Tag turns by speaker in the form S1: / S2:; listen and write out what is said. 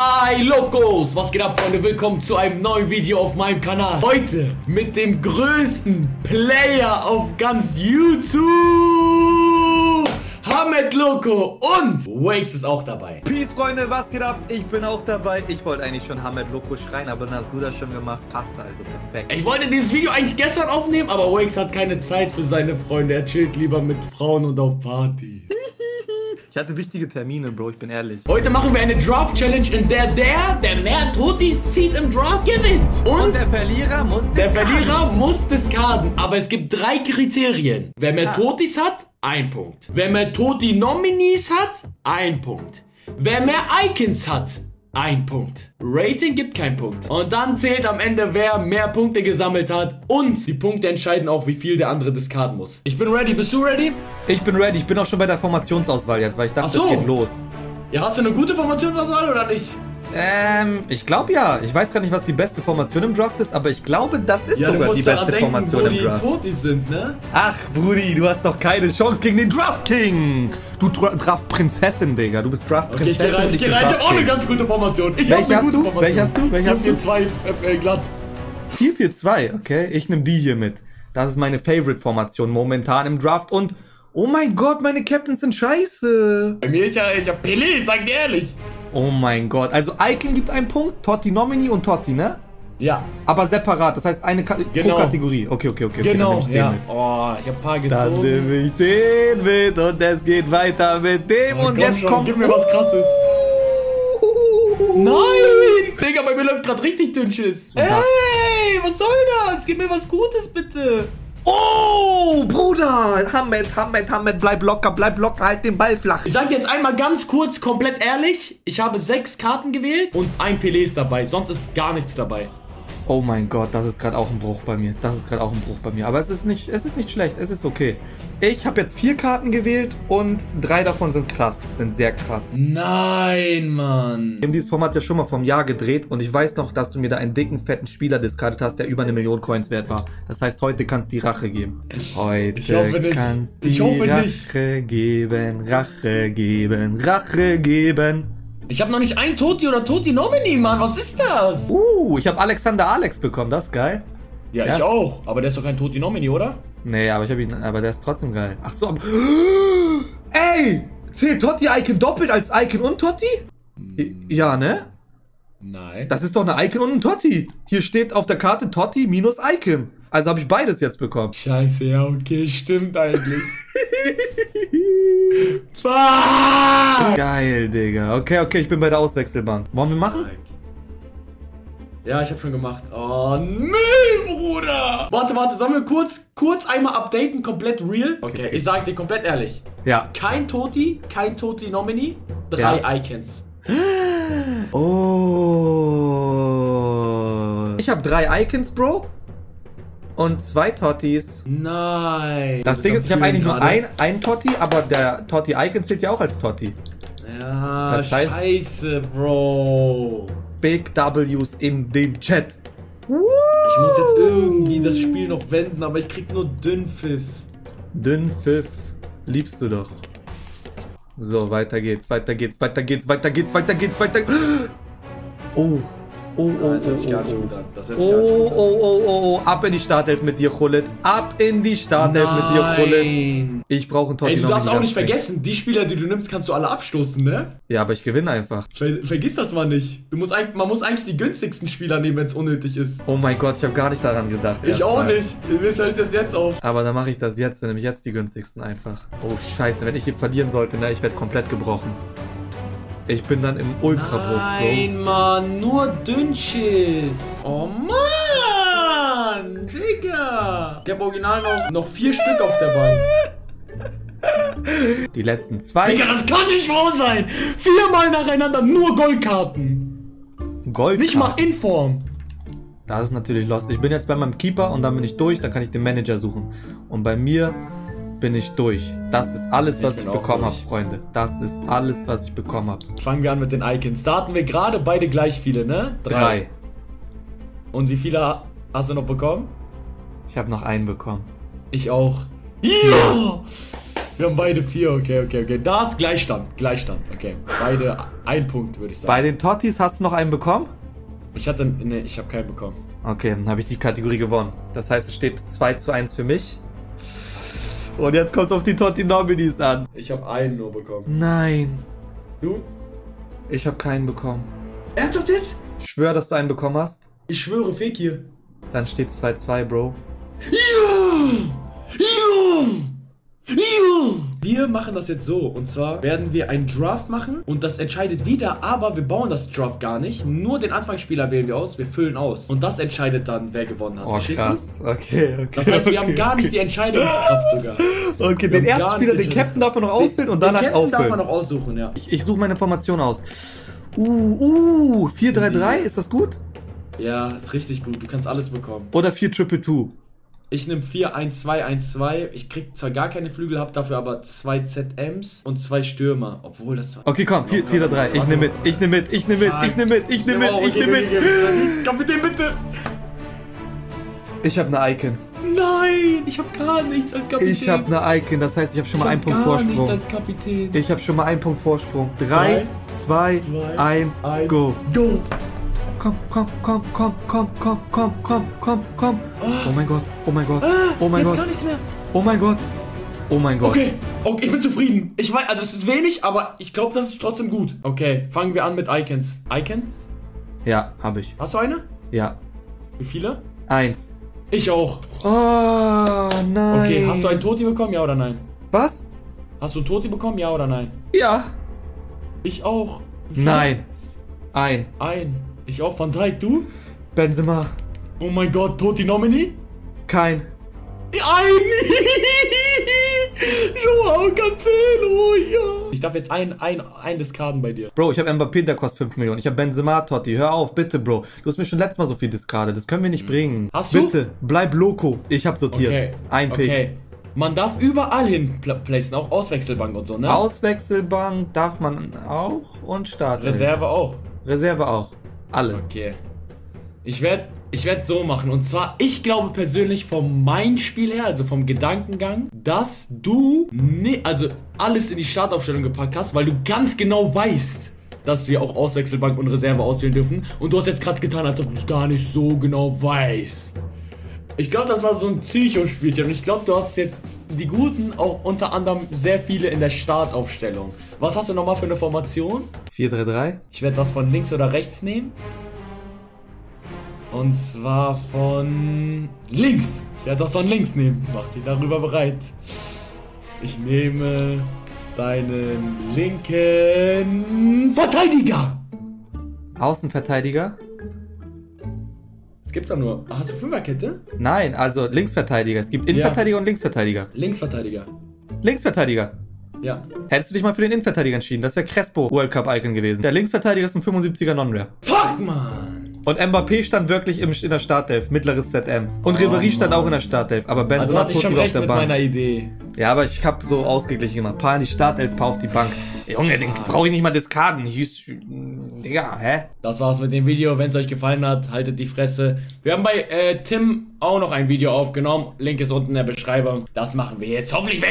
S1: Hi Locos, was geht ab Freunde? Willkommen zu einem neuen Video auf meinem Kanal. Heute mit dem größten Player auf ganz YouTube. Hamed Loco und Wakes ist auch dabei.
S2: Peace, Freunde, was geht ab? Ich bin auch dabei. Ich wollte eigentlich schon Hamed Loco schreien, aber dann hast du das schon gemacht. Passt also perfekt.
S1: Ich wollte dieses Video eigentlich gestern aufnehmen, aber Wakes hat keine Zeit für seine Freunde. Er chillt lieber mit Frauen und auf Partys.
S2: Ich hatte wichtige Termine, Bro, ich bin ehrlich.
S1: Heute machen wir eine Draft-Challenge, in der der, der mehr Totis zieht im Draft, gewinnt.
S2: Und
S1: Und
S2: der Verlierer muss
S1: der
S2: diskarden.
S1: Verlierer muss diskarden. Aber es gibt drei Kriterien. Wer mehr Totis hat, ein Punkt. Wer mehr Toti-Nominees hat, ein Punkt. Wer mehr Icons hat, ein Punkt. Rating gibt keinen Punkt. Und dann zählt am Ende, wer mehr Punkte gesammelt hat. Und die Punkte entscheiden auch, wie viel der andere diskarden muss. Ich bin ready. Bist du ready?
S2: Ich bin ready. Ich bin auch schon bei der Formationsauswahl jetzt, weil ich dachte,
S1: Ach so.
S2: es geht los.
S1: Ja, hast du eine gute Formationsauswahl oder nicht?
S2: Ähm, ich glaube ja. Ich weiß gar nicht, was die beste Formation im Draft ist, aber ich glaube, das ist sogar die beste Formation
S1: wo
S2: im
S1: die
S2: Draft.
S1: Totis sind, ne?
S2: Ach, Brudi, du hast doch keine Chance gegen den Draft King. Du Dra Draft Prinzessin, Digga. Du bist Draft
S1: Okay, ich
S2: Prinzessin.
S1: geh rein, ich geh rein. Ich hab auch eine ganz gute Formation. Ich
S2: Welche
S1: hab eine
S2: hast
S1: gute
S2: du?
S1: Formation.
S2: Welche hast du? Welche
S1: Ich
S2: hast
S1: hab
S2: du?
S1: nur zwei FL glatt.
S2: 4-4-2, okay. Ich nehme die hier mit. Das ist meine Favorite-Formation momentan im Draft und. Oh mein Gott, meine Captains sind scheiße.
S1: Bei mir, ich, hab- ich hab Pelé, sag dir ehrlich.
S2: Oh mein Gott. Also Icon gibt einen Punkt, Totti Nomini und Totti, ne?
S1: Ja,
S2: Aber separat, das heißt eine Ka
S1: Genau.
S2: pro Kategorie. Okay, okay, okay.
S1: genau.
S2: Okay,
S1: ja.
S2: dann nehme ich den mit.
S1: Oh, ich hab ein paar
S2: Dann
S1: gezogen.
S2: nehme ich den mit und es geht weiter mit dem
S1: Oh
S2: und
S1: Gott,
S2: jetzt
S1: Mann,
S2: kommt.
S1: Gib mir was krasses. Nein! Digga, bei mir läuft grad richtig dünn Schiss.
S2: Super.
S1: Ey, was soll das? Gib mir was Gutes, bitte.
S2: Oh, Bruder! Hamed, Hamed, Hamed, bleib locker, bleib locker, halt den Ball flach.
S1: Ich sag jetzt einmal ganz kurz, komplett ehrlich. Ich habe sechs Karten gewählt und ein Pelé ist dabei. Sonst ist gar nichts dabei.
S2: Oh mein Gott, das ist gerade auch ein Bruch bei mir. Das ist gerade auch ein Bruch bei mir. Aber es ist nicht, es ist nicht schlecht. Es ist okay. Ich habe jetzt vier Karten gewählt und drei davon sind krass, sind sehr krass.
S1: Nein, Mann.
S2: Wir haben dieses Format ja schon mal vom Jahr gedreht und ich weiß noch, dass du mir da einen dicken, fetten Spieler diskartet hast, der über eine Million Coins wert war. Das heißt, heute kannst die Rache geben. Heute
S1: Ich hoffe nicht.
S2: kannst die
S1: Ich hoffe nicht.
S2: Rache geben, Rache geben, Rache geben.
S1: Ich habe noch nicht ein Toti oder Toti Nomini, Mann. Was ist das?
S2: Uh, ich habe Alexander Alex bekommen, das ist geil.
S1: Ja,
S2: Das-
S1: ich auch. Aber der ist doch kein Toti Nomini, oder?
S2: Nee, aber ich habe ihn, aber der ist trotzdem geil. Ach so, aber, Ey! Zählt Totti Icon doppelt als Icon und Totti? I- Ja, ne?
S1: Nein.
S2: Das ist doch eine Icon und ein Totti. Hier steht auf der Karte Totti minus Icon. Also habe ich beides jetzt bekommen.
S1: Scheiße, ja, okay, stimmt eigentlich. Fuck!
S2: Geil, Digga. Okay, okay, ich bin bei der Auswechselbank. Wollen wir machen?
S1: Ja, ich habe schon gemacht. Oh, nee, Bruder! Warte, warte, sollen wir kurz, kurz einmal updaten, komplett real? Okay, ich sag dir komplett ehrlich.
S2: Ja.
S1: Kein Toti, kein Toti Nomini, drei Icons.
S2: Oh. Ich habe drei Icons, Bro. Und zwei Tottis.
S1: Nein.
S2: Das
S1: Du bist
S2: Ding
S1: am
S2: ist, ich habe eigentlich nur
S1: Fühlen gerade.
S2: ein, ein Totti, aber der Totti Icon zählt ja auch als Totti.
S1: Ja,
S2: Das heißt-
S1: scheiße, Bro.
S2: Big W's in den Chat.
S1: Ich muss jetzt irgendwie das Spiel noch wenden, aber ich krieg nur Dünnpfiff.
S2: Dünn Pfiff. Liebst du doch. So, weiter geht's, weiter geht's, weiter geht's, weiter geht's, weiter geht's, weiter. Oh. Oh, oh,
S1: Das hört sich
S2: oh,
S1: gar nicht
S2: oh,
S1: gut an. Das hört
S2: oh,
S1: sich gar nicht
S2: oh,
S1: gut an.
S2: oh, oh, oh, ab in die Startelf mit dir, Chulit. Ab in die
S1: oh,
S2: Startelf mit dir, Chulit.
S1: Nein.
S2: Ich brauche einen Totti.
S1: Ey, du
S2: Nomini
S1: darfst auch
S2: ganz
S1: nicht
S2: dringend.
S1: vergessen, die Spieler, die du nimmst, kannst du alle abstoßen, ne?
S2: Ja, aber ich gewinne einfach.
S1: Ver vergiss das mal nicht. Du musst eigentlich, man muss eigentlich die günstigsten Spieler nehmen, wenn es unnötig ist.
S2: Oh mein Gott, ich habe gar nicht daran gedacht.
S1: Ich auch
S2: erstmal.
S1: nicht. Mir fällt das jetzt auf.
S2: Aber dann mache ich das jetzt, dann nehme ich jetzt die günstigsten einfach. Oh scheiße, wenn ich hier verlieren sollte, ne, ich werde komplett gebrochen. Ich bin dann im Ultrabruch, Bro.
S1: Nein, Mann, nur Dünnschiss. Oh Mann, Digga. Ich hab original noch, noch vier Stück auf der Bank.
S2: Die letzten zwei
S1: Digga, das kann nicht wahr sein. Viermal nacheinander nur Goldkarten.
S2: Gold.
S1: Nicht mal Inform.
S2: Das ist natürlich lost. Ich bin jetzt bei meinem Keeper und dann bin ich durch, dann kann ich den Manager suchen. Und bei mir bin ich durch. Das ist alles,
S1: Ich
S2: was
S1: bin
S2: ich,
S1: auch
S2: bekommen habe,
S1: durch.
S2: Freunde. Das ist alles, was ich bekommen habe.
S1: Fangen wir an mit den Icons. Da hatten wir gerade beide gleich viele, ne?
S2: Drei.
S1: Und wie viele hast du noch bekommen?
S2: Ich habe noch einen bekommen.
S1: Ich auch. Ja! Wir haben beide vier, okay, okay, okay. Das Gleichstand, Gleichstand, okay. Beide ein Punkt, würde ich sagen.
S2: Bei den Tottis hast du noch einen bekommen?
S1: Ich hatte, nee, ich habe keinen bekommen.
S2: Okay, dann habe ich die Kategorie gewonnen. Das heißt, es steht 2 zu 1 für mich. Und jetzt kommt's auf die Totti Nominees an.
S1: Ich habe einen nur bekommen.
S2: Nein,
S1: Du?
S2: ich habe keinen bekommen.
S1: Ernsthaft jetzt?
S2: Ich schwör, dass du einen bekommen hast.
S1: Ich schwöre, Fekir.
S2: Dann steht's 2 2, Bro.
S1: Wir machen das jetzt so. Und zwar werden wir einen Draft machen und das entscheidet wieder, aber wir bauen das Draft gar nicht. Nur den Anfangsspieler wählen wir aus, wir füllen aus. Und das entscheidet dann, wer gewonnen hat.
S2: Oh,
S1: Verstehst du?
S2: krass. Okay, okay.
S1: Das heißt, wir haben
S2: okay,
S1: gar nicht die Entscheidungskraft sogar.
S2: Okay,
S1: wir
S2: den
S1: haben
S2: ersten
S1: gar
S2: Spieler,
S1: nicht
S2: den Captain, darf man noch auswählen und
S1: Den
S2: danach
S1: Captain darf man
S2: auffüllen.
S1: noch aussuchen, ja.
S2: Ich, ich suche meine Formation aus. Uh, uh, 4-3-3, ist das gut?
S1: Ja, ist richtig gut. Du kannst alles bekommen.
S2: Oder 4-Triple-2?
S1: Ich nehme 4, 1, 2, 1, 2. Ich krieg zwar gar keine Flügel, hab dafür aber zwei ZMs und zwei Stürmer. Obwohl das war.
S2: Okay, komm, 4-3-3. Ich nehme mit, ich nehme mit, ich nehme mit, ich nehme mit, ich nehme mit, ich nehme mit.
S1: mit. Komm mit dem bitte.
S2: Ich habe eine Icon.
S1: Nein, ich hab gar nichts als Kapitän.
S2: Ich habe eine Icon, das heißt, ich habe schon
S1: Ich
S2: mal
S1: hab
S2: einen Punkt
S1: gar nichts
S2: Vorsprung.
S1: als Kapitän.
S2: Ich habe schon mal einen Punkt Vorsprung. 3, 2,
S1: zwei,
S2: 1,
S1: Eins,
S2: go.
S1: Go.
S2: Komm, komm, komm, komm, komm, komm, komm, komm, komm, komm.
S1: Ah.
S2: Oh mein Gott, oh mein Gott,
S1: Ah,
S2: oh mein
S1: jetzt gar
S2: Gott,
S1: nichts mehr.
S2: oh mein Gott, oh mein Gott.
S1: Okay, okay, ich bin zufrieden. Ich weiß, also es ist wenig, aber ich glaube, das ist trotzdem gut. Okay, fangen wir an mit Icons. Icon?
S2: Ja, habe ich.
S1: Hast du eine?
S2: Ja.
S1: Wie viele?
S2: Eins.
S1: Ich auch.
S2: Oh, nein.
S1: Ah, Okay, hast du einen Toti bekommen, ja oder nein?
S2: Was?
S1: Hast du einen Toti bekommen, ja oder nein?
S2: Ja.
S1: Ich auch.
S2: Nein. Ein.
S1: Ein. Ich auch. Van Dijk, du?
S2: Benzema.
S1: Oh mein Gott, Toti Nomini?
S2: Kein.
S1: Ein! Joao Cancelo, ja! Ich darf jetzt ein, ein, ein Diskarden bei dir.
S2: Bro, ich habe Mbappé, der kostet 5 Millionen. Ich habe Benzema, Totti. Hör auf, bitte, Bro. Du hast mir schon letztes Mal so viel Diskarde. Das können wir nicht bringen.
S1: Hm. Hast du?
S2: Bitte, bleib loco. Ich habe sortiert. Ein Pick.
S1: Okay. Man darf überall hin pla placen, auch Auswechselbank und so, ne?
S2: Auswechselbank darf man auch und starten.
S1: Reserve auch.
S2: Reserve auch. Alles.
S1: Okay. Ich werde ich werd so machen. Und zwar, ich glaube persönlich vom mein Spiel her, also vom Gedankengang, dass du ni- also alles in die Startaufstellung gepackt hast, weil du ganz genau weißt, dass wir auch Auswechselbank und Reserve auswählen dürfen. Und du hast jetzt gerade getan, als ob du es gar nicht so genau weißt. Ich glaube, das war so ein Psychospielchen. Und ich glaube, du hast jetzt die Guten auch unter anderem sehr viele in der Startaufstellung. Was hast du nochmal für eine Formation?
S2: 4-3-3.
S1: Ich werde was von links oder rechts nehmen. Und zwar von links. Ich werde was von links nehmen. Mach dich darüber bereit. Ich nehme deinen linken Verteidiger.
S2: Außenverteidiger.
S1: Es gibt da nur. Ah, Hast du Fünferkette?
S2: Nein, also Linksverteidiger. Es gibt Innenverteidiger und Linksverteidiger.
S1: Linksverteidiger.
S2: Linksverteidiger.
S1: Ja.
S2: Hättest du dich mal für den Innenverteidiger entschieden, das wäre Crespo World Cup Icon gewesen. Der Linksverteidiger ist ein 75er Non-Rare.
S1: Fuck, man.
S2: Und Mbappé stand wirklich im, in der Startelf, mittleres ZM. Und Ribéry stand auch in der Startelf, aber
S1: Oh Also
S2: Benzema
S1: hatte ich schon
S2: Totti war auf
S1: recht
S2: der
S1: mit
S2: Bank.
S1: meiner Idee.
S2: Ja, aber ich hab so ausgeglichen gemacht. Paar in die Startelf, paar auf die Bank. Junge, den
S1: Ah.
S2: brauche ich nicht mal diskarden. Ich, ich, Digga, hä?
S1: Das war's mit dem Video. Wenn es euch gefallen hat, haltet die Fresse. Wir haben bei äh, Tim auch noch ein Video aufgenommen. Link ist unten in der Beschreibung. Das machen wir jetzt. Hoffentlich werde ich